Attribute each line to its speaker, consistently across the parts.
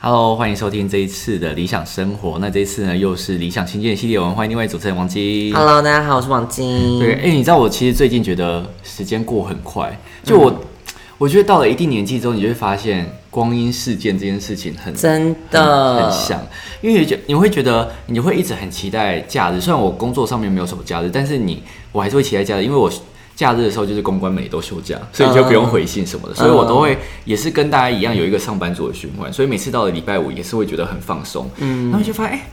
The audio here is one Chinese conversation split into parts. Speaker 1: Hello，欢迎收听这一次的理想生活。那这一次呢，又是理想新建系列，我们欢迎另外一位主持人王姬。
Speaker 2: Hello，大家好，我是王晶。
Speaker 1: 对，哎、你知道我其实最近觉得时间过很快，就我，我觉得到了一定年纪之后，你就会发现光阴事件这件事情很
Speaker 2: 真
Speaker 1: 很
Speaker 2: 的
Speaker 1: 嗯很像，因为你觉你会觉得你会一直很期待假日，虽然我工作上面没有什么假日，但是你我还是会期待假日，因为我假日的时候就是公关每都休假，所以你就不用回信什么的，所以我都会也是跟大家一样有一个上班族的循环，所以每次到了礼拜五也是会觉得很放松，嗯，然后就发现哎，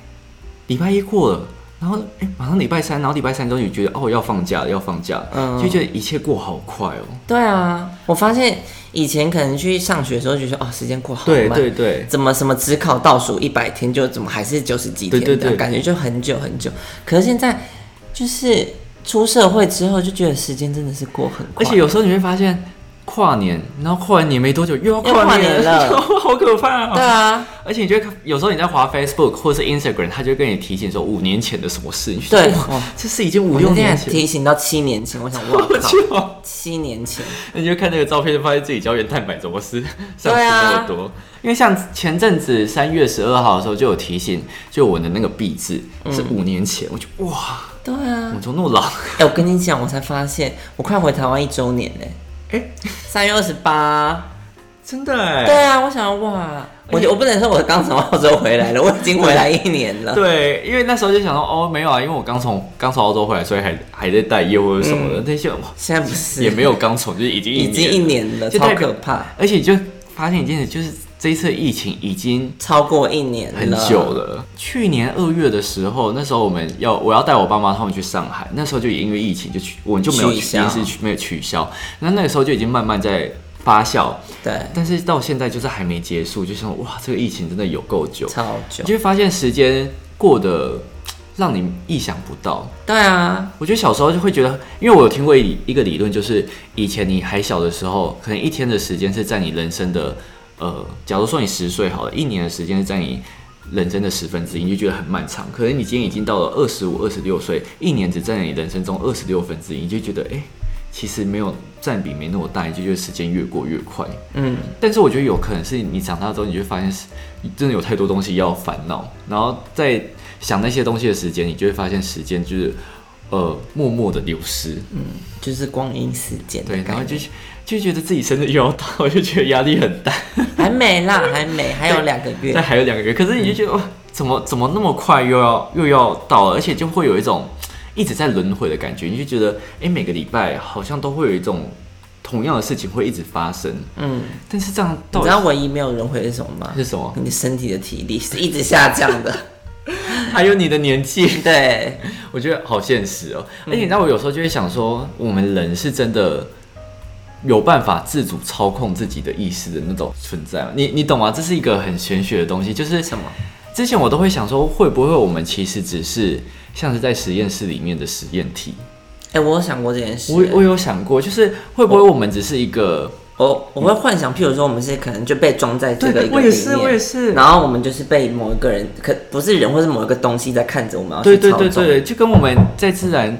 Speaker 1: 礼、拜一过了。然后，哎，马上礼拜三，然后礼拜三终于觉得哦，要放假了，要放假了，
Speaker 2: 嗯
Speaker 1: 就觉得一切过好快哦。
Speaker 2: 对啊，我发现以前可能去上学的时候，觉得哦，时间过好
Speaker 1: 对
Speaker 2: 慢，
Speaker 1: 对对，
Speaker 2: 怎么什么只考倒数一百天，就怎么还是九十几天
Speaker 1: 对对
Speaker 2: 这样
Speaker 1: 对
Speaker 2: 感觉就很久很久。可是现在就是出社会之后，就觉得时间真的是过很
Speaker 1: 而
Speaker 2: 快，
Speaker 1: 且有时候你会发现，跨年，然后跨完年没多久又要
Speaker 2: 又跨
Speaker 1: 跨
Speaker 2: 年 了
Speaker 1: 好可怕
Speaker 2: 对
Speaker 1: 哦！
Speaker 2: 啊，
Speaker 1: 而且你觉得有时候你在滑 Facebook 或是 Instagram，它就会跟你提醒说五年前的什么事，你就觉得
Speaker 2: 对
Speaker 1: 哇
Speaker 2: 哦
Speaker 1: 这是已经五
Speaker 2: 我
Speaker 1: 六
Speaker 2: 那天还
Speaker 1: 年前
Speaker 2: 提醒到七年前，我想哇
Speaker 1: 我
Speaker 2: 靠，
Speaker 1: 靠！
Speaker 2: 七年前，
Speaker 1: 你就看那个照片，就发现自己胶原蛋白怎么是上升
Speaker 2: 对啊
Speaker 1: 那么多？因为像前阵子三月十二号的时候就有提醒，就我的那个壁纸是
Speaker 2: 嗯
Speaker 1: 五年前，我就哇，
Speaker 2: 对啊，
Speaker 1: 我怎么那么老？
Speaker 2: 哎、我跟你讲，我才发现我快回台湾一周年呢、
Speaker 1: 哎
Speaker 2: 三月二十八。
Speaker 1: 真的哎，
Speaker 2: 对啊，我想哇，我就我不能说我刚从澳洲回 来了，我已经回来一年 了。
Speaker 1: 对，因为那时候就想说，哦，没有啊，因为我刚从刚从澳洲回来，所以还还在待业或者什么的、那些，哇
Speaker 2: 现在不是
Speaker 1: 也没有刚从，就是已经
Speaker 2: 嗯已经一
Speaker 1: 了，
Speaker 2: 年了，
Speaker 1: 就
Speaker 2: 超
Speaker 1: 代表
Speaker 2: 可怕，
Speaker 1: 而且就发现一件事，就是这一次疫情已经
Speaker 2: 超过一年了，
Speaker 1: 很久。
Speaker 2: 嗯
Speaker 1: 了。去年二月的时候，那时候我们要我要带我爸妈他们去上海，那时候就也因为疫情就取，我们就没有
Speaker 2: 取
Speaker 1: 去，
Speaker 2: 消
Speaker 1: 临时去没有取消，那那个时候就已经慢慢在发酵，
Speaker 2: 对，
Speaker 1: 但是到现在就是还没结束，就想说哇，这个疫情真的有够久，
Speaker 2: 超
Speaker 1: 你。
Speaker 2: 久
Speaker 1: 就会发现时间过得让你意想不到。
Speaker 2: 对啊，
Speaker 1: 我觉得小时候就会觉得，因为我有听过一一个理论，就是以前你还小的时候，可能一天的时间是在你人生的，呃，假如说你十岁好了，一年的时间是在你人生的十分之一，你就觉得很漫长。可是你今天已经到了二十五、二十六岁，一年只占你人生中二十六分之一，你就觉得，哎、其实没有占比没那么大，你就觉得时间越过越快。
Speaker 2: 嗯，
Speaker 1: 但是我觉得有可能是你长大之后，你就会发现是你真的有太多东西要烦恼，然后在想那些东西的时间，你就会发现时间就是呃默默的流失，
Speaker 2: 嗯就是光阴似箭的
Speaker 1: 对，然后
Speaker 2: 感觉，
Speaker 1: 就就觉得自己生日又要到，我就觉得压力很大。
Speaker 2: 还没啦，还没，还有两个
Speaker 1: 但
Speaker 2: 月。
Speaker 1: 还有两个月，可是你就觉得、哇，怎么怎么那么快又要又要到了，而且就会有一种一直在轮回的感觉，你就觉得哎、诶每个礼拜好像都会有一种同样的事情会一直发生，
Speaker 2: 嗯，
Speaker 1: 但是这样
Speaker 2: 你
Speaker 1: 到
Speaker 2: 知
Speaker 1: 底
Speaker 2: 道唯一没有轮回是什么吗
Speaker 1: 是？什么？
Speaker 2: 你的身体的体力是一直下降 的。
Speaker 1: 还有你的年纪。
Speaker 2: 对，
Speaker 1: 我觉得好现实哦。而且你知道，我有时候就会想说，我们人是真的有办法自主操控自己的意识的那种存在吗？你你懂吗？这是一个很玄学的东西，就是
Speaker 2: 什么？
Speaker 1: 之前我都会想说，会不会我们其实只是像是在实验室里面的实验体？
Speaker 2: 哎、我有想过这件事。
Speaker 1: 我我有想过，就是会不会我们只是一个
Speaker 2: 我我会幻想，譬如说我们是可能就被装在这个一个
Speaker 1: 我也是
Speaker 2: 里面
Speaker 1: 我也是
Speaker 2: 然后我们就是被某一个人，可不是人或是某一个东西在看着我们要
Speaker 1: 对
Speaker 2: 啊去操
Speaker 1: 对
Speaker 2: 纵，
Speaker 1: 对对，就跟我们在自然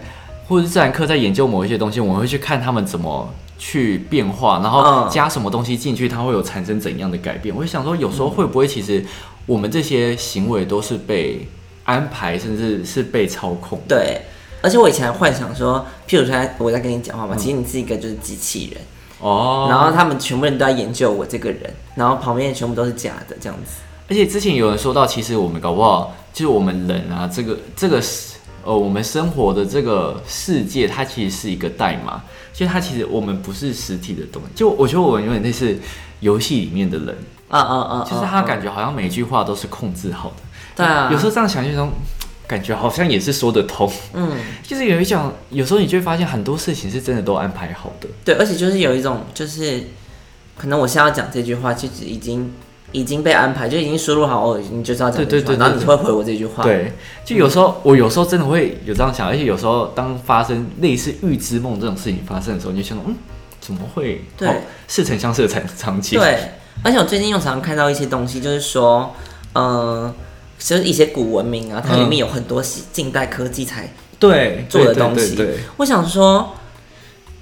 Speaker 1: 或者自然课在研究某一些东西，我们会去看他们怎么去变化，然后
Speaker 2: 嗯
Speaker 1: 加什么东西进去，它会有产生怎样的改变。我就想说，有时候会不会其实我们这些行为都是被安排，甚至是被操控？
Speaker 2: 对而且我以前还幻想说，譬如说我在跟你讲话嘛，其实你是一个就是机器人，
Speaker 1: 嗯哦，
Speaker 2: 然后他们全部人都在研究我这个人，然后旁边全部都是假的这样子。
Speaker 1: 而且之前有人说到，其实我们搞不好就是我们人啊，这个这个呃，我们生活的这个世界，它其实是一个代码，就它其实我们不是实体的东西。就我觉得我们有点类似游戏里面的人，
Speaker 2: 啊啊啊！
Speaker 1: 就是
Speaker 2: 啊
Speaker 1: 他感觉好像每句话都是控制好的。
Speaker 2: 对啊
Speaker 1: 有时候这样想就想，感觉好像也是说得通。
Speaker 2: 嗯，
Speaker 1: 就是有一种，有时候你就会发现很多事情是真的都安排好的。
Speaker 2: 对，而且就是有一种就是，可能我现在要讲这句话，其实已经已经被安排，就已经输入好，哦，你就是要讲这句话，
Speaker 1: 对对对对
Speaker 2: 然后你会回我这句话，
Speaker 1: 对，就有时候、我有时候真的会有这样想，而且有时候当发生类似预知梦这种事情发生的时候，你就想说，嗯，怎么会？
Speaker 2: 对
Speaker 1: 哦似曾相识的场场景。，
Speaker 2: 对，而且我最近又常常看到一些东西，就是说，嗯、就是一些古文明啊，
Speaker 1: 嗯
Speaker 2: 它里面有很多西近代科技才
Speaker 1: 对，
Speaker 2: 做的
Speaker 1: 对
Speaker 2: 东西。
Speaker 1: 对对对
Speaker 2: 我想说，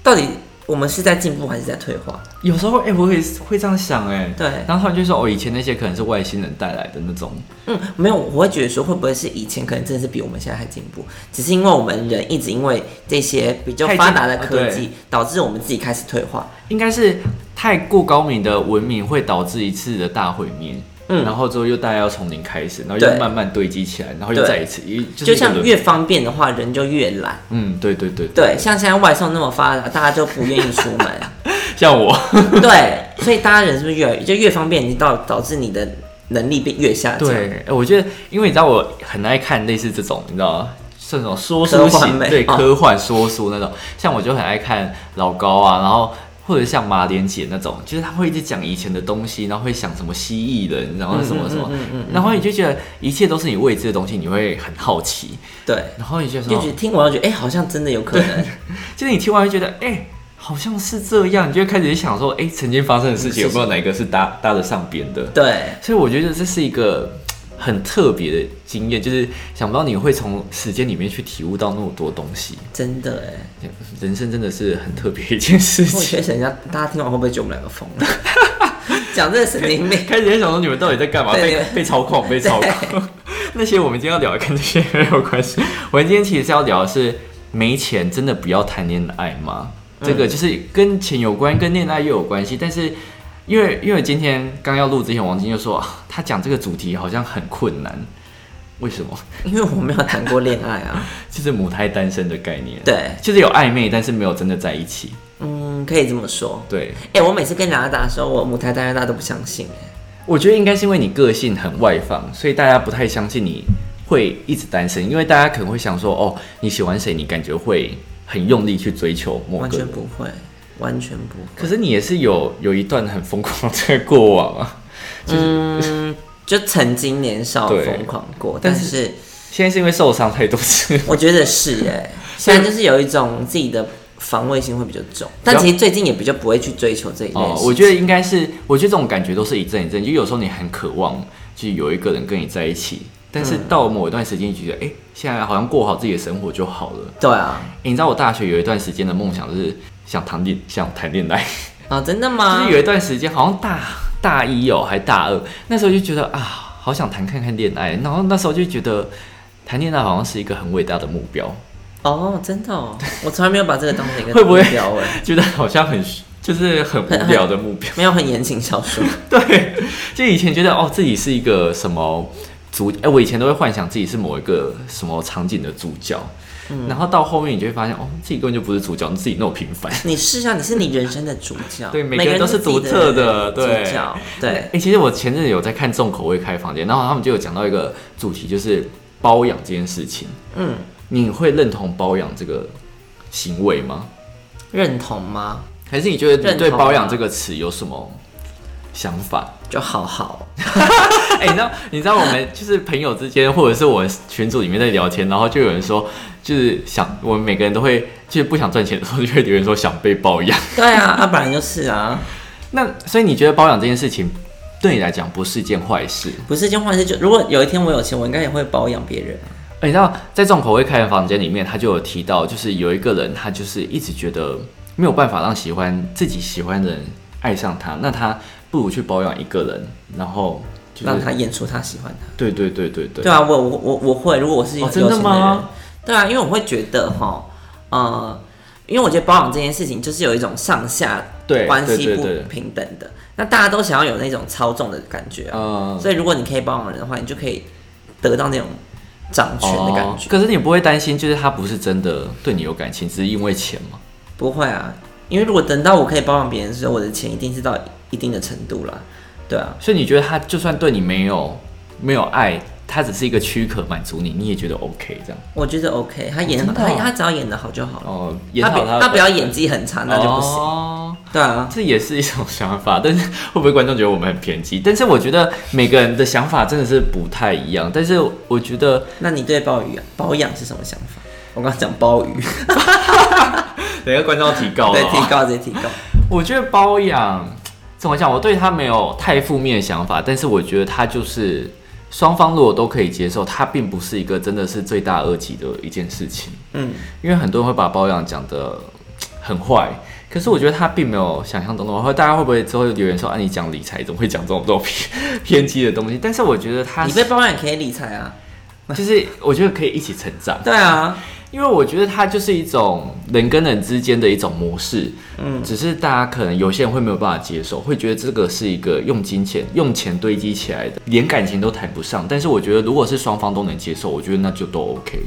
Speaker 2: 到底我们是在进步还是在退化？
Speaker 1: 有时候哎、我也是会这样想哎、
Speaker 2: 对
Speaker 1: 然后他们就说哦，以前那些可能是外星人带来的那种，
Speaker 2: 嗯，没有，我会觉得说会不会是以前可能真的是比我们现在还进步，只是因为我们人一直因为这些比较
Speaker 1: 太进
Speaker 2: 发达的
Speaker 1: 啊
Speaker 2: 科
Speaker 1: 对
Speaker 2: 技，导致我们自己开始退化。
Speaker 1: 应该是太过高明的文明会导致一次的大毁灭。
Speaker 2: 嗯
Speaker 1: 然后之后又大家要从零开始，然后
Speaker 2: 对
Speaker 1: 又慢慢堆积起来，然后又
Speaker 2: 对
Speaker 1: 再一次，一就是
Speaker 2: 就
Speaker 1: 一个
Speaker 2: 像
Speaker 1: 轮
Speaker 2: 越方便的话，人就越懒。
Speaker 1: 嗯，对对对，
Speaker 2: 对，像现在外送那么发达，大家就不愿意出 门。
Speaker 1: 像我，
Speaker 2: 对，所以大家人是不是越来就越方便，你导导致你的能力变越下降？
Speaker 1: 对，哎我觉得，因为你知道我很爱看类似这种，你知道吗？是那种说
Speaker 2: 科
Speaker 1: 书
Speaker 2: 幻
Speaker 1: 型，
Speaker 2: 类
Speaker 1: 对，
Speaker 2: 哦
Speaker 1: 科幻说书那种。像我就很爱看老高啊，然后或者像马莲姐那种，就是他会一直讲以前的东西，然后会想什么蜥蜴人，然后什么什
Speaker 2: 嗯
Speaker 1: 么，然后你就觉得一切都是你未知的东西，你会很好奇，
Speaker 2: 对，
Speaker 1: 然后你就
Speaker 2: 就
Speaker 1: 说
Speaker 2: 觉得，听完就觉得，哎、好像真的有可能。
Speaker 1: 就是你听完就觉得，哎、好像是这样，你就会开始想说，哎、曾经发生的事情有没有哪一个是搭搭得上边的？
Speaker 2: 对，
Speaker 1: 所以我觉得这是一个很特别的经验，就是想不到你会从时间里面去体悟到那么多东西。
Speaker 2: 真的哎。
Speaker 1: 人生真的是很特别一件事
Speaker 2: 我
Speaker 1: 情。
Speaker 2: 觉得人家大家听完会不会觉得我们两个疯了？ 讲这个神经病。
Speaker 1: 开始在想说你们到底在干嘛？
Speaker 2: 对你
Speaker 1: 被
Speaker 2: 们
Speaker 1: 被操控，被操控。 那些我们今天要聊的跟这些没有关系。我们今天其实是要聊的是没钱真的不要谈恋爱吗？
Speaker 2: 嗯
Speaker 1: 这个就是跟钱有关，跟恋爱又有关系。但是因为因为今天刚要录之前，王晶就说啊他讲这个主题好像很困难，为什么？
Speaker 2: 因为我没有谈过恋爱啊。
Speaker 1: 就是母胎单身的概念，，
Speaker 2: 对，
Speaker 1: 就是有暧昧，但是没有真的在一起。
Speaker 2: 嗯，可以这么说。
Speaker 1: 对，
Speaker 2: 哎、我每次跟人家打的时候，我母胎单身，大家都不相信、哎
Speaker 1: 我觉得应该是因为你个性很外放，所以大家不太相信你会一直单身，因为大家可能会想说，哦，你喜欢谁，你感觉会很用力去追求某
Speaker 2: 完
Speaker 1: 个
Speaker 2: 全
Speaker 1: 人。
Speaker 2: 不会，完全不会。
Speaker 1: 可是你也是有有一段很疯狂的过往啊，
Speaker 2: 嗯，就曾经年少
Speaker 1: 对
Speaker 2: 疯狂过，
Speaker 1: 但
Speaker 2: 但
Speaker 1: 是
Speaker 2: 是
Speaker 1: 现在是因为受伤太多次，
Speaker 2: 我觉得是哎、现在就是有一种自己的防卫心会比较重，但其实最近也比较不会去追求这一类
Speaker 1: 哦，
Speaker 2: 事
Speaker 1: 我觉得应该是，我觉得这种感觉都是一阵一阵，就有时候你很渴望，就是有一个人跟你在一起，但是到某一段时间，你觉得，哎、现在好像过好自己的生活就好了。
Speaker 2: 对啊，
Speaker 1: 欸你知道我大学有一段时间的梦想就是想谈恋想谈恋爱，
Speaker 2: 啊，真的
Speaker 1: 就
Speaker 2: 吗
Speaker 1: 是？有一段时间好像大大一哦还大二，那时候就觉得啊，好想谈看看恋爱，然后那时候就觉得谈恋爱好像是一个很伟大的目标，
Speaker 2: 哦，真 的、哦，我从来没有把这个当成一个
Speaker 1: 会不会
Speaker 2: 目标哎、
Speaker 1: 觉得好像很就是很无聊的目标。
Speaker 2: 没有很言情小说，
Speaker 1: 对，就以前觉得哦自己是一个什么主，哎、我以前都会幻想自己是某一个什么场景的主角，然后到后面你就会发现哦自己根本就不是主角，你自己那么平凡。
Speaker 2: 你试一下，你是你人生的主角，
Speaker 1: 对每
Speaker 2: 每
Speaker 1: 个人都是
Speaker 2: 自己
Speaker 1: 独特的对
Speaker 2: 主角，
Speaker 1: 哎
Speaker 2: 对、，
Speaker 1: 其实我前阵子有在看重口味开房间，然后他们就有讲到一个主题，就是包养这件事情。
Speaker 2: 嗯，
Speaker 1: 你会认同包养这个行为吗？
Speaker 2: 认同吗？
Speaker 1: 还是你觉得你对
Speaker 2: 认同啊
Speaker 1: 包养这个词有什么想法？
Speaker 2: 就好好，
Speaker 1: 哎、你知道，你知道我们就是朋友之间，或者是我们群组里面在聊天，然后就有人说，就是想我们每个人都会，就是不想赚钱的时候，就会有人说想被包养。
Speaker 2: 对啊， 要、不然就是啊，
Speaker 1: 那所以你觉得包养这件事情对你来讲不是一件坏事？
Speaker 2: 不是这件坏事。就如果有一天我有钱，我应该也会包养别人。
Speaker 1: 欸你知道，在重口味开的房间里面，他就有提到，就是有一个人，他就是一直觉得没有办法让喜欢自己喜欢的人爱上他，那他不如去保养一个人，然后就是
Speaker 2: 让他演出他喜欢他。
Speaker 1: 对对对对对
Speaker 2: 对啊，我我我我会，如果我是有
Speaker 1: 哦
Speaker 2: 有
Speaker 1: 真
Speaker 2: 钱的
Speaker 1: 的
Speaker 2: 人，
Speaker 1: 吗
Speaker 2: 对啊，因为我会觉得哈，呃，因为我觉得包养这件事情就是有一种上下
Speaker 1: 对
Speaker 2: 关系
Speaker 1: 对对
Speaker 2: 不
Speaker 1: 对
Speaker 2: 平等的，那大家都想要有那种操纵的感觉啊，
Speaker 1: 嗯
Speaker 2: 所以如果你可以包养人的话，你就可以得到那种掌权的感
Speaker 1: 哦
Speaker 2: 觉。
Speaker 1: 可是你不会担心，就是他不是真的对你有感情，只是因为钱吗？
Speaker 2: 不会啊，因为如果等到我可以包养别人的时候，我的钱一定是到一定的程度啦。对啊，
Speaker 1: 所以你觉得他就算对你没有没有爱，他只是一个躯壳满足你，你也觉得 OK 这样？
Speaker 2: 我觉得 OK，他演、
Speaker 1: 哦真的
Speaker 2: 他
Speaker 1: 哦
Speaker 2: 他只要演的好就好了。
Speaker 1: 哦，
Speaker 2: 他
Speaker 1: 研
Speaker 2: 不
Speaker 1: 讨他
Speaker 2: 他不要演技很差，那就不行。
Speaker 1: 哦
Speaker 2: 对啊，
Speaker 1: 这也是一种想法， 但是会不会观众觉得我们很偏激？但是我觉得每个人的想法真的是不太一样。但是我觉得，
Speaker 2: 那你对鲍鱼啊保养是什么想法？我刚刚讲鲍鱼，
Speaker 1: 等一下观众要提高了
Speaker 2: 对，
Speaker 1: 哦、
Speaker 2: 提高，直接提高。
Speaker 1: 我觉得包养怎么讲，我对他没有太负面的想法，但是我觉得他就是双方如果都可以接受，他并不是一个真的是罪大恶极的一件事情。
Speaker 2: 嗯，
Speaker 1: 因为很多人会把包养讲的很坏，可是我觉得他并没有想象中的坏。大家会不会之后留言说啊，你讲理财怎么会讲这种这种偏偏激的东西？但是我觉得他
Speaker 2: 你被包养也可以理财啊，
Speaker 1: 就是我觉得可以一起成长，
Speaker 2: 对啊，
Speaker 1: 因为我觉得它就是一种人跟人之间的一种模式，嗯，只是大家可能有些人会没有办法接受，会觉得这个是一个用金钱、用钱堆积起来的，连感情都谈不上。但是我觉得，如果是双方都能接受，我觉得那就都 OK。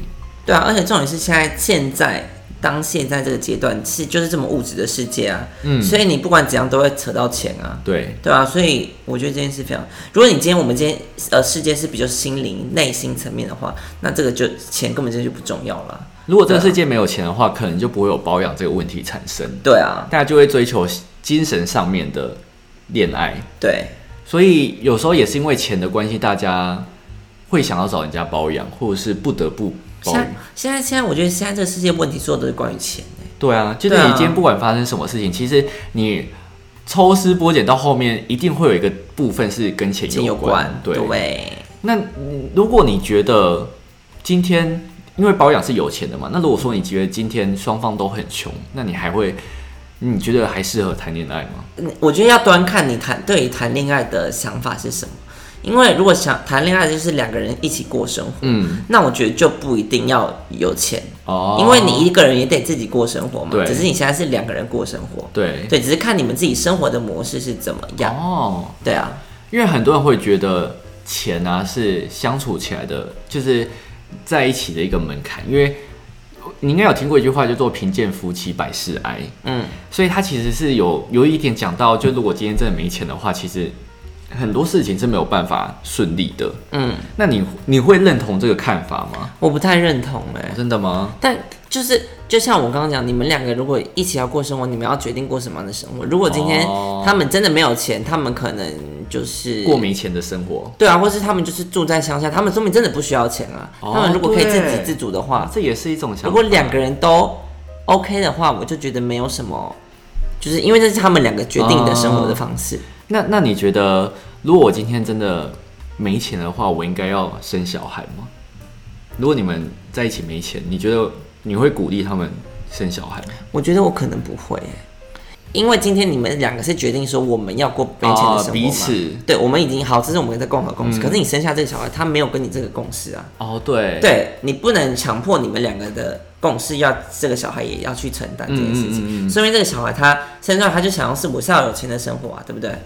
Speaker 2: 对啊，而且重点是现在现在当现在这个阶段是就是这么物质的世界啊，
Speaker 1: 嗯
Speaker 2: 所以你不管怎样都会扯到钱啊，
Speaker 1: 对，
Speaker 2: 对啊，所以我觉得这件事非常，如果你今天我们今天呃世界是比较心灵内心层面的话，那这个就钱根本就就不重要了，
Speaker 1: 如果这个世界没有钱的话，可能就不会有保养这个问题产生，
Speaker 2: 对啊，
Speaker 1: 大家就会追求精神上面的恋爱。
Speaker 2: 对，
Speaker 1: 所以有时候也是因为钱的关系，大家会想要找人家包养，或者是不得不包
Speaker 2: 现
Speaker 1: 养
Speaker 2: 在。现在现在我觉得现在这个世界问题做的都是关于钱欸、
Speaker 1: 对啊，就是
Speaker 2: 对啊
Speaker 1: 你今天不管发生什么事情，其实你抽丝剥茧到后面，一定会有一个部分是跟钱
Speaker 2: 钱有
Speaker 1: 关。
Speaker 2: 关，
Speaker 1: 对，
Speaker 2: 对
Speaker 1: 那嗯如果你觉得今天因为保养是有钱的嘛，那如果说你觉得今天双方都很穷，那你还会你觉得还适合谈恋爱吗？
Speaker 2: 嗯我觉得要端看你谈对于谈恋爱的想法是什么，因为如果想谈恋爱就是两个人一起过生活，
Speaker 1: 嗯，
Speaker 2: 那我觉得就不一定要有钱，
Speaker 1: 哦，
Speaker 2: 因为你一个人也得自己过生活嘛，
Speaker 1: 对
Speaker 2: 只是你现在是两个人过生活，
Speaker 1: 对
Speaker 2: 对，只是看你们自己生活的模式是怎么样，
Speaker 1: 哦，
Speaker 2: 对啊，
Speaker 1: 因为很多人会觉得钱啊是相处起来的，就是在一起的一个门槛。因为你应该有听过一句话，叫做“贫贱夫妻百事哀
Speaker 2: 嗯，”，
Speaker 1: 所以它其实是有有一点讲到，就如果今天真的没钱的话，其实很多事情是没有办法顺利的。
Speaker 2: 嗯，
Speaker 1: 那你你会认同这个看法吗？
Speaker 2: 我不太认同哎、
Speaker 1: 真的吗？
Speaker 2: 但就是就像我刚刚讲，你们两个如果一起要过生活，你们要决定过什么样的生活。如果今天
Speaker 1: 哦
Speaker 2: 他们真的没有钱，他们可能就是
Speaker 1: 过没钱的生活，
Speaker 2: 对啊，或是他们就是住在乡下，他们说明真的不需要钱啊。
Speaker 1: 哦
Speaker 2: 他们如果可以自给
Speaker 1: 对
Speaker 2: 自足的话，
Speaker 1: 啊这也是一种想法。
Speaker 2: 如果两个人都 OK 的话，我就觉得没有什么，就是因为这是他们两个决定的生活的方式。
Speaker 1: 那那你觉得，如果我今天真的没钱的话，我应该要生小孩吗？如果你们在一起没钱，你觉得你会鼓励他们生小孩吗？
Speaker 2: 我觉得我可能不会欸，因为今天你们两个是决定说我们要过没钱的生活嘛、
Speaker 1: 哦彼此嗯
Speaker 2: 对，我们已经好，这是我们的共和共识。可是你生下这个小孩，他没有跟你这个共识啊。
Speaker 1: 哦，对，
Speaker 2: 对你不能强迫你们两个的共识，要这个小孩也要去承担这件事
Speaker 1: 嗯
Speaker 2: 情。
Speaker 1: 嗯嗯嗯
Speaker 2: 说明这个小孩他生出来他就想要是我是要有钱的生活啊，对不对？嗯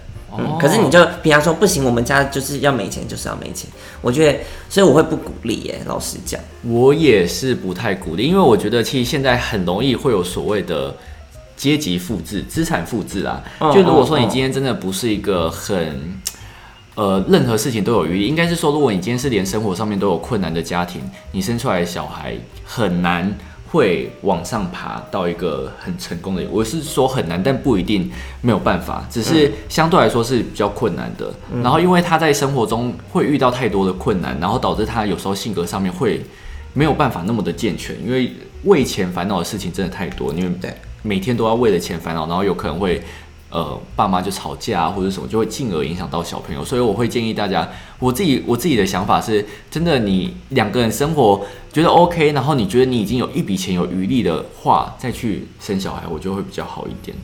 Speaker 1: 哦，
Speaker 2: 可是你就平常说不行，我们家就是要没钱，就是要没钱。我觉得，所以我会不鼓励耶。老实讲，
Speaker 1: 我也是不太鼓励，因为我觉得其实现在很容易会有所谓的阶级复制、资产复制啊。
Speaker 2: 嗯
Speaker 1: 就如果说
Speaker 2: 嗯
Speaker 1: 你
Speaker 2: 嗯
Speaker 1: 今天真的不是一个很呃，任何事情都有余力，应该是说，如果你今天是连生活上面都有困难的家庭，你生出来的小孩很难会往上爬到一个很成功的。我是说很难，但不一定没有办法，只是相对来说是比较困难的。然后，因为他在生活中会遇到太多的困难，然后导致他有时候性格上面会没有办法那么的健全，因为为钱烦恼的事情真的太多，因为
Speaker 2: 对
Speaker 1: 每天都要为了钱烦恼，然后有可能会呃爸妈就吵架啊或者什么，就会进而影响到小朋友。所以我会建议大家，我自己我自己的想法是，真的你两个人生活觉得 OK，然后你觉得你已经有一笔钱有余力的话，再去生小孩，我觉得会比较好一点。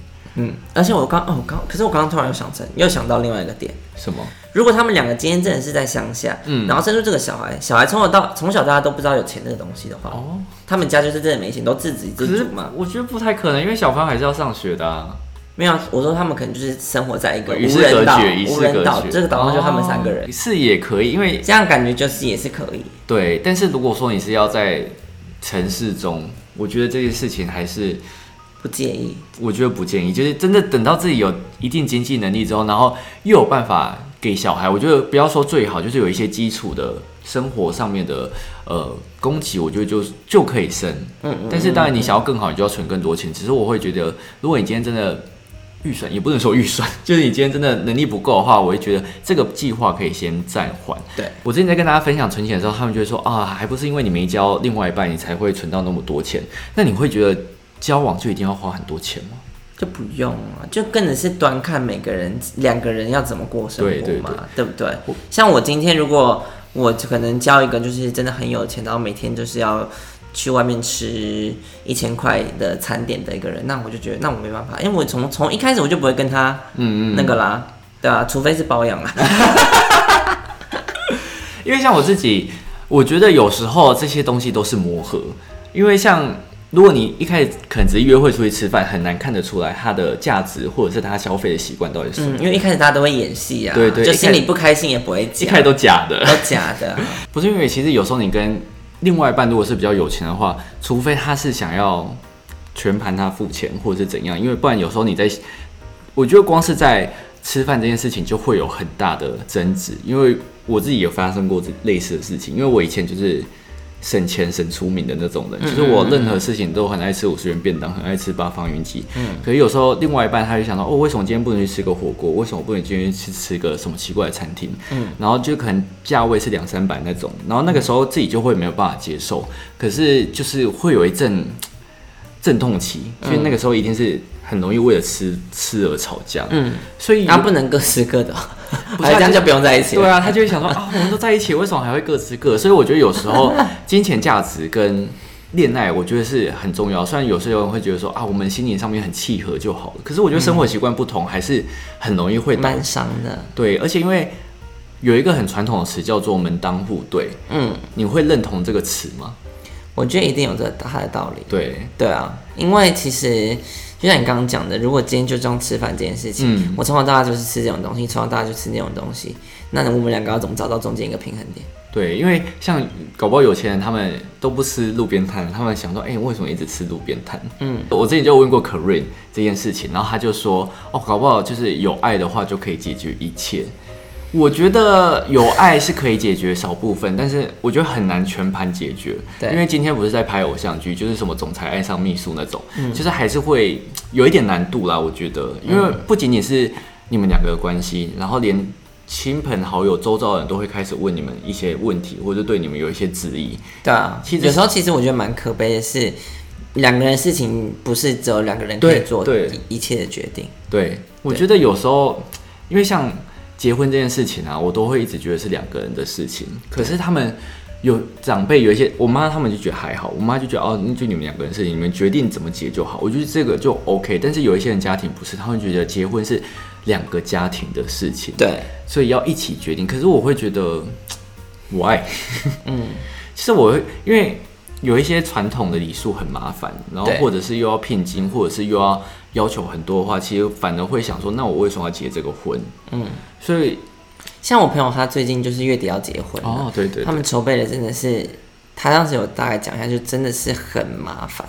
Speaker 2: 嗯，而且我刚哦，我刚可是我刚刚突然又想成，又想到另外一个点。
Speaker 1: 什么？
Speaker 2: 如果他们两个今天真的是在乡下，
Speaker 1: 嗯
Speaker 2: 嗯，然后生出这个小孩，小孩从小到从小到大都不知道有钱这个东西的话，
Speaker 1: 哦，
Speaker 2: 他们家就是真的没钱，都自给
Speaker 1: 可
Speaker 2: 自
Speaker 1: 是
Speaker 2: 足嘛。
Speaker 1: 我觉得不太可能，因为小朋友还是要上学的、啊。
Speaker 2: 没有，我说他们可能就是生活在一个
Speaker 1: 哦与
Speaker 2: 无
Speaker 1: 世
Speaker 2: 人
Speaker 1: 隔
Speaker 2: 岛
Speaker 1: 绝，与，
Speaker 2: 无
Speaker 1: 世
Speaker 2: 人
Speaker 1: 隔
Speaker 2: 岛
Speaker 1: 绝。
Speaker 2: 这个岛上就他们三个人，
Speaker 1: 哦是也可以，因为
Speaker 2: 这样感觉就是也是可以。
Speaker 1: 对，但是如果说你是要在城市中，我觉得这件事情还是
Speaker 2: 不介意。
Speaker 1: 我觉得不建议，就是真的等到自己有一定经济能力之后，然后又有办法给小孩，我觉得不要说最好，就是有一些基础的生活上面的呃供给，我觉得就就可以生。
Speaker 2: 嗯
Speaker 1: 但是当然你想要更好，你就要存更多钱。只是我会觉得，如果你今天真的预算也不能说预算，就是你今天真的能力不够的话，我会觉得这个计划可以先暂缓。
Speaker 2: 对，
Speaker 1: 我之前在跟大家分享存钱的时候，他们就会说啊，还不是因为你没交另外一半，你才会存到那么多钱。那你会觉得交往就一定要花很多钱吗？
Speaker 2: 就不用啊，就更只是端看每个人两个人要怎么过生活嘛，
Speaker 1: 对对嗯
Speaker 2: 对不对？像我今天如果我可能交一个就是真的很有钱，然后每天就是要去外面吃一千块的餐点的一个人，那我就觉得那我没办法，因为我从从一开始我就不会跟他
Speaker 1: 嗯
Speaker 2: 那个啦，对啊，除非是包养啊，
Speaker 1: 因为像我自己，我觉得有时候这些东西都是磨合。因为像如果你一开始可能只是约会出去吃饭，很难看得出来它的价值或者是他消费的习惯到底是什么。
Speaker 2: 嗯，因为一开始大家都会演戏啊，
Speaker 1: 对对
Speaker 2: 就
Speaker 1: 一开
Speaker 2: 心里不开心也不会
Speaker 1: 一
Speaker 2: 讲
Speaker 1: 开，始都假的，
Speaker 2: 都假的 啊，
Speaker 1: 不是因为其实有时候你跟另外一半如果是比较有钱的话，除非他是想要全盘他付钱或者是怎样，因为不然有时候你在，我觉得光是在吃饭这件事情就会有很大的争执，因为我自己有发生过这类似的事情，因为我以前就是。省钱省出名的那种人，就是我任何事情都很爱吃五十元便当，很爱吃八方云集。嗯，可是有时候另外一半他就想到，哦，为什么今天不能去吃个火锅？为什么不能今天去吃个什么奇怪的餐厅？嗯，然后就可能价位是两三百那种，然后那个时候自己就会没有办法接受，可是就是会有一阵阵痛期，所以那个时候一定是很容易为了吃吃而吵架。嗯，所以
Speaker 2: 然后不能各吃各的哦，
Speaker 1: 不 是啊
Speaker 2: 哎这样就不用在一起了。
Speaker 1: 对啊，他就会想说啊，我们都在一起，为什么还会各吃各？所以我觉得有时候金钱价值跟恋爱，我觉得是很重要。虽然有些人会觉得说啊，我们心灵上面很契合就好了，可是我觉得生活习惯不同，还是很容易会导
Speaker 2: 蛮伤的。
Speaker 1: 对，而且因为有一个很传统的词叫做门当户对，
Speaker 2: 嗯，
Speaker 1: 你会认同这个词吗？
Speaker 2: 我觉得一定有这它的道理。
Speaker 1: 对，
Speaker 2: 对啊，因为其实就像你刚刚讲的，如果今天就这样吃饭这件事情，
Speaker 1: 嗯
Speaker 2: 我从小到大就是吃这种东西，从小到大就吃那种东西，那我们两个要怎么找到中间一个平衡点？
Speaker 1: 对，因为像搞不好有钱人他们都不吃路边摊，他们想说，哎、为什么一直吃路边摊？嗯，我之前就问过 k a r i n 这件事情，然后他就说，哦，搞不好就是有爱的话就可以解决一切。我觉得有爱是可以解决少部分，但是我觉得很难全盘解决。
Speaker 2: 对
Speaker 1: 因为今天不是在拍偶像剧，就是什么总裁爱上秘书那种，就是还是会有一点难度啦。我觉得，因为不仅仅是你们两个的关系，然后连亲朋好友、周遭的人都会开始问你们一些问题，或者对你们有一些质疑。
Speaker 2: 对啊，
Speaker 1: 其实
Speaker 2: 有时候其实我觉得蛮可悲的是，两个人的事情不是只有两个人可以
Speaker 1: 对
Speaker 2: 做
Speaker 1: 对
Speaker 2: 一一切的决定。
Speaker 1: 对，我觉得有时候，因为像结婚这件事情啊，我都会一直觉得是两个人的事情。可是他们有长辈有一些，我妈他们就觉得还好，我妈就觉得哦，那就你们两个人的事情，你们决定怎么结就好。我觉得这个就 OK。但是有一些人家庭不是，他们觉得结婚是两个家庭的事情，
Speaker 2: 对，
Speaker 1: 所以要一起决定。可是我会觉得，why？
Speaker 2: 嗯，
Speaker 1: 其实我会因为有一些传统的礼数很麻烦，然后
Speaker 2: 对
Speaker 1: 或者是又要聘金，或者是又要要求很多的话，其实反而会想说，那我为什么要结这个婚？嗯，所以
Speaker 2: 像我朋友他最近就是月底要结婚了，
Speaker 1: 哦，对对
Speaker 2: 他
Speaker 1: 对，
Speaker 2: 们筹备的真的是，他当时有大概讲一下，就真的是很麻烦。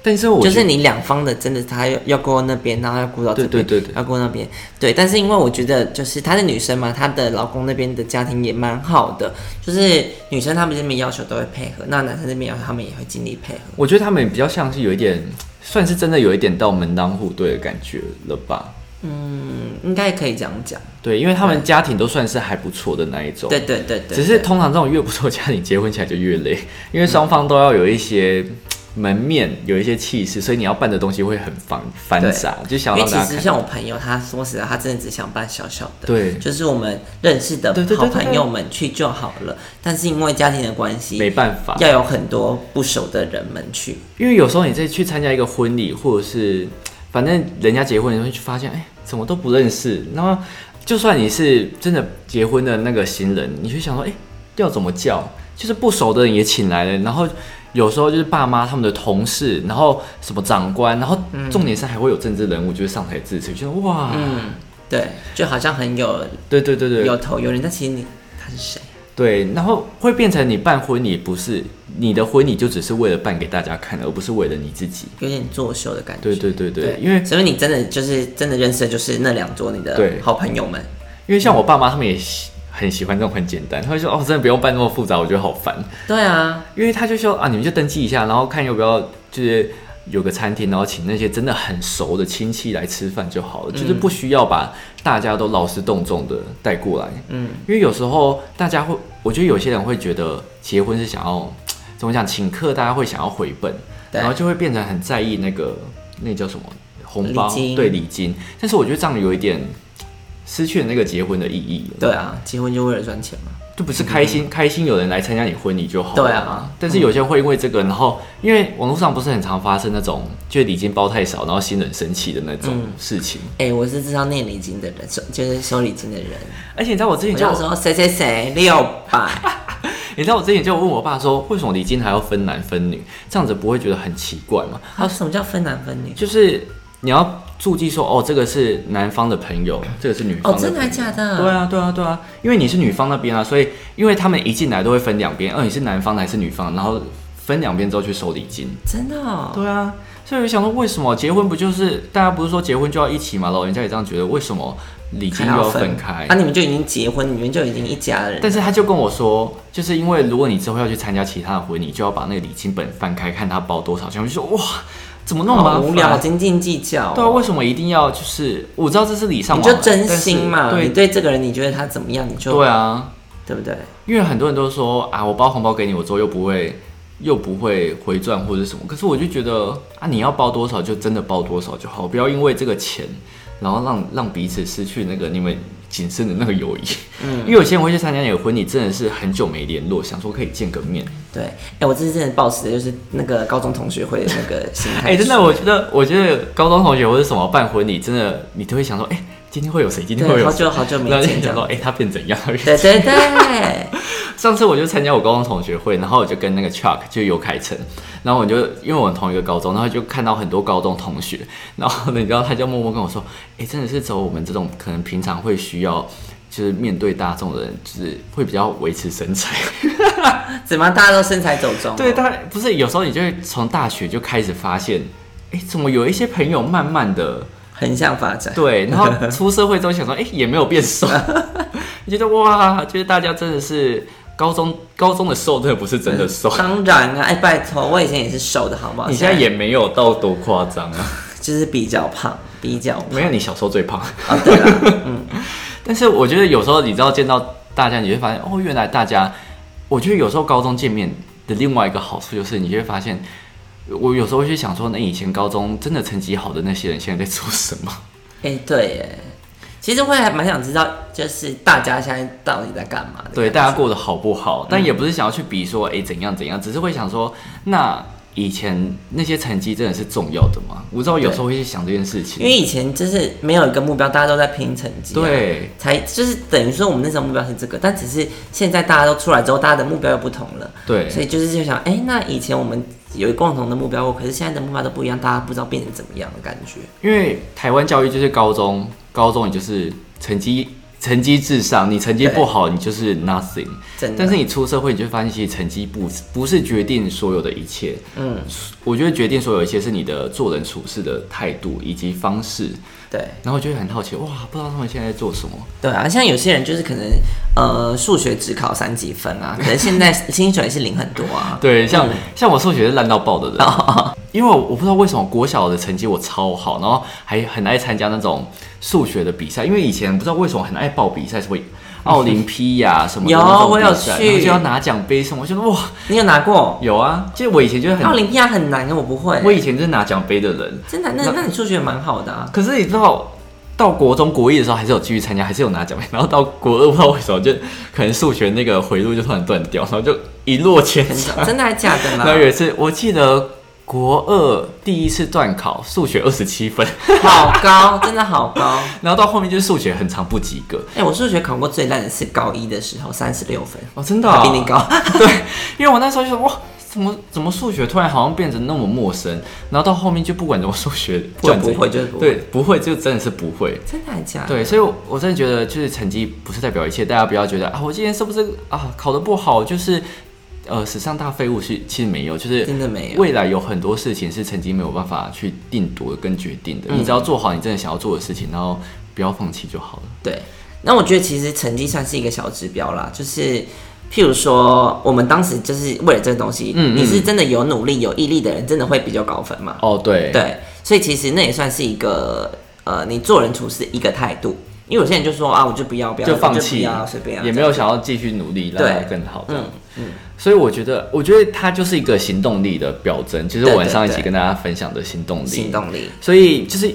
Speaker 1: 但是我
Speaker 2: 就
Speaker 1: 觉得
Speaker 2: 是你两方的真的，他要要过那边，然后要顾到这边，
Speaker 1: 对对对对
Speaker 2: 要过那边，对。但是因为我觉得，就是她是女生嘛，她的老公那边的家庭也蛮好的，就是女生他们这边要求都会配合，那男生这边要求他们也会尽力配合。
Speaker 1: 我觉得他们比较像是有一点，算是真的有一点到门当户对的感觉了吧？
Speaker 2: 嗯，应该可以这样讲。
Speaker 1: 对，因为他们家庭都算是还不错的那一种。
Speaker 2: 对对对对，
Speaker 1: 只是
Speaker 2: 对
Speaker 1: 通常这种越不错的家庭结婚起来就越累， 因为双方都要有一些嗯门面，有一些气势，所以你要办的东西会很繁繁杂，就想
Speaker 2: 因
Speaker 1: 要
Speaker 2: 为
Speaker 1: 让
Speaker 2: 其
Speaker 1: 大家
Speaker 2: 实
Speaker 1: 看。
Speaker 2: 像我朋友，他说实在，他真的只想办小小的，
Speaker 1: 对
Speaker 2: 就是我们认识的
Speaker 1: 对对对
Speaker 2: 好
Speaker 1: 对对
Speaker 2: 朋友们去就好了。但是因为家庭的关系，
Speaker 1: 没办法，
Speaker 2: 要有很多不熟的人们去，
Speaker 1: 因为有时候你再去参加一个婚礼，或者是反正人家结婚，你会去发现，哎，怎么都不认识。然后就算你是真的结婚的那个新人，你就想说，哎，要怎么叫？就是不熟的人也请来了，然后有时候就是爸妈他们的同事，然后什么长官，然后重点是还会有政治人物就是上台致辞，就哇，
Speaker 2: 嗯，对，就好像很有
Speaker 1: 对对对对，
Speaker 2: 有头有脸，但其实你他是谁？
Speaker 1: 对，然后会变成你办婚礼不是你的婚礼就只是为了办给大家看，而不是为了你自己。
Speaker 2: 有点作秀的感觉。
Speaker 1: 对对对对，因为
Speaker 2: 所以你真的就是真的认识的就是那两桌你的
Speaker 1: 对
Speaker 2: 好朋友们，
Speaker 1: 因为像我爸妈他们也喜很喜欢这种很简单，他会说哦，真的不用办那么复杂，我觉得好烦。
Speaker 2: 对啊，
Speaker 1: 因为他就说啊，你们就登记一下，然后看要不要就是有个餐厅，然后请那些真的很熟的亲戚来吃饭就好了，就是
Speaker 2: 嗯
Speaker 1: 不需要把大家都劳师动众的带过来。
Speaker 2: 嗯，
Speaker 1: 因为有时候大家会，我觉得有些人会觉得结婚是想要怎么讲，请客大家会想要回本，
Speaker 2: 对
Speaker 1: 然后就会变成很在意那个那叫什么红包
Speaker 2: 礼金
Speaker 1: 对礼金，但是我觉得这样有一点失去了那个结婚的意义了。
Speaker 2: 对啊，结婚就为了赚钱嘛。
Speaker 1: 就不是开心、开心有人来参加你婚礼就好了。
Speaker 2: 嗯对啊，
Speaker 1: 但是有些人会因为这个，然后因为网络上不是很常发生那种就礼金包太少，然后新人生气的那种事情。
Speaker 2: 哎、我是知道念礼金的人，收就是收礼金的人。
Speaker 1: 而且你知道我之前就
Speaker 2: 我想说谁谁谁六 百，
Speaker 1: 你知道我之前就问我爸说，为什么礼金还要分男分女？这样子不会觉得很奇怪吗？
Speaker 2: 他说什么叫分男分女？
Speaker 1: 就是你要注记说，哦，这个是男方的朋友，这个是女方
Speaker 2: 哦，
Speaker 1: 的朋友。
Speaker 2: 真的还假的？
Speaker 1: 对啊，对啊，对啊，因为你是女方那边啊，所以因为他们一进来都会分两边，哦，你是男方的还是女方，然后分两边之后去收礼金。
Speaker 2: 真的、哦。
Speaker 1: 对啊，所以我想说，为什么结婚不就是大家不是说结婚就要一起嘛？老人家也这样觉得，为什么礼金又要分开？
Speaker 2: 啊！你们就已经结婚，你们就已经一家人。
Speaker 1: 但是他就跟我说，就是因为如果你之后要去参加其他的婚礼，就要把那个礼金本翻开，看他包多少钱。我就说哇，怎么那么麻
Speaker 2: 好
Speaker 1: 烦？
Speaker 2: 无聊，斤斤计较、
Speaker 1: 对啊，为什么一定要就是？我知道这是礼尚
Speaker 2: 你
Speaker 1: 往来
Speaker 2: 就真心嘛，
Speaker 1: 但是
Speaker 2: 你对这个人你觉得他怎么样，你
Speaker 1: 对
Speaker 2: 就
Speaker 1: 对啊，
Speaker 2: 对不对？
Speaker 1: 因为很多人都说啊，我包红包给你，我之后又不会又不会回转或者什么。可是我就觉得啊，你要包多少就真的包多少就好，不要因为这个钱，然后让让彼此失去那个你们仅剩的那个友谊。嗯，因为有些人会去参加你的婚礼，真的是很久没联络，想说可以见个面。
Speaker 2: 对，哎、我这次真的抱持的就是那个高中同学会的那个心 态。
Speaker 1: 哎、真的，我觉得我觉得高中同学或者什么办婚礼，真的你都会想说，哎、今天会有谁？今天会
Speaker 2: 对，
Speaker 1: 有
Speaker 2: 好
Speaker 1: 谁？
Speaker 2: 久好久没
Speaker 1: 然后就
Speaker 2: 见这
Speaker 1: 想说，
Speaker 2: 样。
Speaker 1: 哎、他变怎样？
Speaker 2: 对对对，
Speaker 1: 上次我就参加我高中同学会，然后我就跟那个 Chuck 就尤凯成，然后我就因为我们同一个高中，然后就看到很多高中同学，然后呢，你知道他就默默跟我说，哎、真的是走我们这种可能平常会需要就是面对大众的人，就是会比较维持身材。
Speaker 2: 怎么样大家都身材走中、哦
Speaker 1: 对，，当然不是有时候你就会从大学就开始发现，哎、怎么有一些朋友慢慢的
Speaker 2: 横向发展。
Speaker 1: 对，然后出社会之后想说，哎、也没有变瘦， 你觉得哇，就是大家真的是。高中高中的瘦真的不是真的瘦，
Speaker 2: 当然啊，哎、拜托，我以前也是瘦的，好不好？
Speaker 1: 你啊现在也没有到多夸张 啊，
Speaker 2: 就是比较胖，比较胖
Speaker 1: 没有你小时候最胖。
Speaker 2: 啊，对了，
Speaker 1: 嗯 但是我觉得有时候你知道见到大家，你会发现哦，原来大家，我觉得有时候高中见面的另外一个好处就是，你就会发现，我有时候会去想说，那以前高中真的成绩好的那些人，现在在做什么？
Speaker 2: 哎、对耶。其实会还蛮想知道，就是大家现在到底在干嘛的。
Speaker 1: 对，大家过得好不好？但也不是想要去比说，哎、怎样怎样，只是会想说，那以前那些成绩真的是重要的吗？我知道有时候会去想这件事
Speaker 2: 因为
Speaker 1: 情。
Speaker 2: 以前就是没有一个目标，大家都在拼成绩、，啊
Speaker 1: 对，
Speaker 2: 才就是等于说我们那时候目标是这个，但只是现在大家都出来之后，大家的目标又不同了，
Speaker 1: 对，
Speaker 2: 所以就是就想，哎、那以前我们有共同的目标，可是现在的目标都不一样，大家不知道变成怎么样的感觉。
Speaker 1: 因为台湾教育就是高中，高中你就是成绩成绩至上，你成绩不好，你就是 nothing。
Speaker 2: 真的，
Speaker 1: 但是你出社会，你就会发现，其实成绩不不是决定所有的一切。
Speaker 2: 嗯，
Speaker 1: 我觉得决定所有一切是你的做人处事的态度以及方式。
Speaker 2: 对
Speaker 1: 然后就会很好奇，哇，不知道他们现在在做什么。
Speaker 2: 对啊，像有些人就是可能呃数学只考三几分啊，可能现在薪水是零很多啊。
Speaker 1: 对，像、像我数学是烂到爆的人，
Speaker 2: 哦
Speaker 1: 因为我我不知道为什么国小的成绩我超好，然后还很爱参加那种数学的比赛，因为以前不知道为什么很爱报比赛，什么奥林匹亚什么的
Speaker 2: 有
Speaker 1: 那种
Speaker 2: 我有
Speaker 1: 比赛
Speaker 2: 去
Speaker 1: 然后就要拿奖杯什么，我觉得哇，
Speaker 2: 你有拿过？
Speaker 1: 有啊，就是我以前就是
Speaker 2: 奥
Speaker 1: 很，
Speaker 2: 林匹亚很难，我不会。
Speaker 1: 我以前就是拿奖杯的人，
Speaker 2: 真的，那那你数学蛮好的啊。
Speaker 1: 可是你知道。到国中国一的时候，还是有继续参加，还是有拿奖杯。然后到国二，不知道为什么，就可能数学那个回路就突然断掉，然后就一落千
Speaker 2: 很
Speaker 1: 丈
Speaker 2: 少。真的还假的
Speaker 1: 然后
Speaker 2: 啦？
Speaker 1: 有一次，我记得国二第一次段考数学二十七分，
Speaker 2: 好高，真的好高。
Speaker 1: 然后到后面就是数学很长不及格。
Speaker 2: 哎、我数学考过最烂的是高一的时候，三十六分，
Speaker 1: 哦，真的、
Speaker 2: 比 你高。
Speaker 1: 因为我那时候就说哇，怎么怎么数学突然好像变成那么陌生，然后到后面就不管怎么数 学
Speaker 2: 就
Speaker 1: 管怎
Speaker 2: 不会就是不会
Speaker 1: 对不会就真的是不会。
Speaker 2: 真的还假的？
Speaker 1: 对，所以我，我真的觉得，就是成绩不是代表一切，大家不要觉得啊，我今天是不是啊考得不好，就是呃史上大废物是其实没有，就是
Speaker 2: 真的没有
Speaker 1: 未来有很多事情是曾经没有办法去定夺跟决定的，你只要做好你真的想要做的事情，然后不要放弃就好了。
Speaker 2: 对，那我觉得其实成绩算是一个小指标啦，就是譬如说，我们当时就是为了这个东西，
Speaker 1: 嗯嗯
Speaker 2: 你是真的有努力、有毅力的人，真的会比较高分嘛？
Speaker 1: 哦，对，
Speaker 2: 对，所以其实那也算是一个呃，你做人处事的一个态度。因为有些人就说啊，我就不要，不要，
Speaker 1: 就放
Speaker 2: 我
Speaker 1: 弃
Speaker 2: 就不要，随便啊，嗯
Speaker 1: 也没有想要继续努力，让
Speaker 2: 对
Speaker 1: 它更好这样。所以我觉得，我觉得它就是一个行动力的表征，就是
Speaker 2: 对
Speaker 1: 我们
Speaker 2: 对
Speaker 1: 上一
Speaker 2: 对
Speaker 1: 集跟大家分享的行动力。
Speaker 2: 行动力。
Speaker 1: 所以就是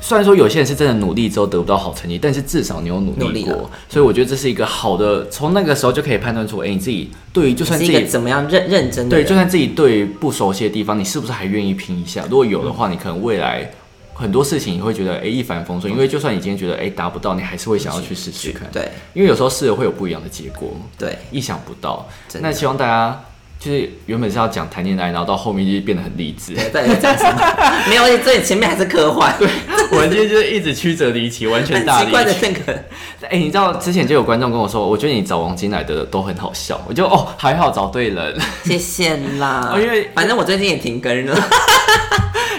Speaker 1: 虽然说有些人是真的努力之后得不到好成绩，但是至少你有努
Speaker 2: 努
Speaker 1: 力
Speaker 2: 力
Speaker 1: 过，
Speaker 2: 了
Speaker 1: 所以我觉得这是一个好的，从那个时候就可以判断出，哎、你自己对于就算
Speaker 2: 是
Speaker 1: 自
Speaker 2: 一
Speaker 1: 己
Speaker 2: 个怎么样认认真的
Speaker 1: 对，
Speaker 2: 人，
Speaker 1: 就算自己对于不熟悉的地方，你是不是还愿意拼一下？如果有的话，你可能未来很多事情你会觉得哎一帆风顺，因为就算你今天觉得哎达不到，你还是会想要去试试看，
Speaker 2: 对
Speaker 1: 因为有时候试了会有不一样的结果，
Speaker 2: 对，
Speaker 1: 意想不到。
Speaker 2: 真的
Speaker 1: 那希望大家就是原本是要讲谈恋爱，然后到后面就变得很励志。
Speaker 2: 对到底在讲什 么？没有，而且最前面还是科幻，对，
Speaker 1: 我们今天就是一直曲折离奇，完全
Speaker 2: 很
Speaker 1: 大离
Speaker 2: 奇怪的
Speaker 1: 奇。
Speaker 2: 那个，
Speaker 1: 哎、你知道之前就有观众跟我说，我觉得你找王金来的都很好笑，我就哦还好找对人，
Speaker 2: 谢谢啦。
Speaker 1: 哦因为
Speaker 2: 反正我最近也停更 了，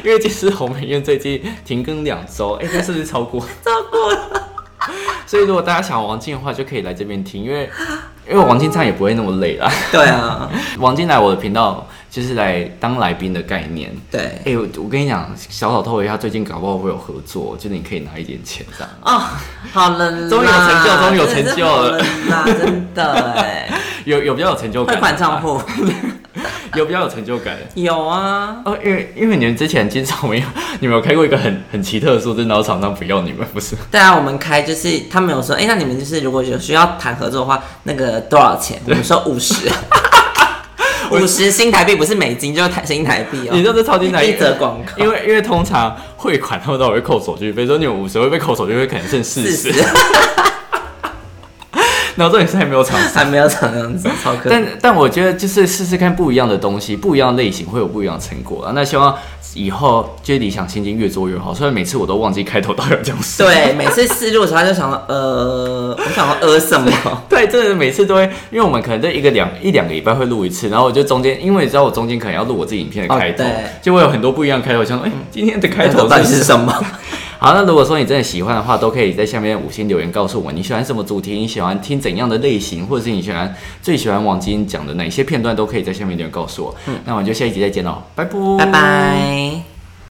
Speaker 1: 因为其实鸿门宴最近停更两周， 哎、那是不是超过？
Speaker 2: 照顾了。
Speaker 1: 所以如果大家想王静的话，就可以来这边听，因为因为王静这样也不会那么累啦。
Speaker 2: 对啊，
Speaker 1: 王静来我的频道就是来当来宾的概念。
Speaker 2: 对。
Speaker 1: 哎、我我跟你讲，小小透露一下，最近搞不好会有合作，就是你可以拿一点钱这样。
Speaker 2: 哦，好了啦，
Speaker 1: 终于有成就终于有成就了
Speaker 2: 真的是 好了啦，真的哎，
Speaker 1: 有有比较有成就
Speaker 2: 汇
Speaker 1: 感，
Speaker 2: 款账户
Speaker 1: 有比较有成就感。
Speaker 2: 有啊，
Speaker 1: 哦，因为因为你们之前经常没有，你们有开过一个很很奇特的数字，然后厂商不要你们，不是？
Speaker 2: 对啊，我们开就是他们有说，哎、那你们就是如果有需要谈合作的话，那个多少钱？我们说五 十，五十新台币不是美金，就是台新台币
Speaker 1: 你知
Speaker 2: 哦。
Speaker 1: 道这超级难，
Speaker 2: 一则广告
Speaker 1: 因为因为通常汇款他们都会扣手续费，说你们五十会被扣手续费，可能剩四
Speaker 2: 四
Speaker 1: 十
Speaker 2: 十，
Speaker 1: 然后重点是还没有厂商。
Speaker 2: 还没有长这样子，超可
Speaker 1: 但
Speaker 2: 爱。
Speaker 1: 但我觉得就是试试看不一样的东西，不一样的类型会有不一样的成果啊。那希望以后就是理想心境越做越好。虽然每次我都忘记开头到底要讲什么，
Speaker 2: 对，每次试录的时候他就想说，呃，我想说呃什么？
Speaker 1: 对，真的每次都会，因为我们可能这一个两一两个礼拜会录一次，然后我就中间，因为你知道我中间可能要录我自己影片的
Speaker 2: 哦
Speaker 1: 开头，
Speaker 2: 对
Speaker 1: 就会有很多不一样的开头，想说哎、今天的开 头
Speaker 2: 到底
Speaker 1: 什么
Speaker 2: 是什么？
Speaker 1: 好，那如果说你真的喜欢的话，都可以在下面五星留言告诉我你喜欢什么主题，你喜欢听怎样的类型，或者是你喜欢最喜欢嗯王晶讲的哪些片段，都可以在下面留言告诉我。那我们就下一集再见喽，拜拜，
Speaker 2: 拜拜。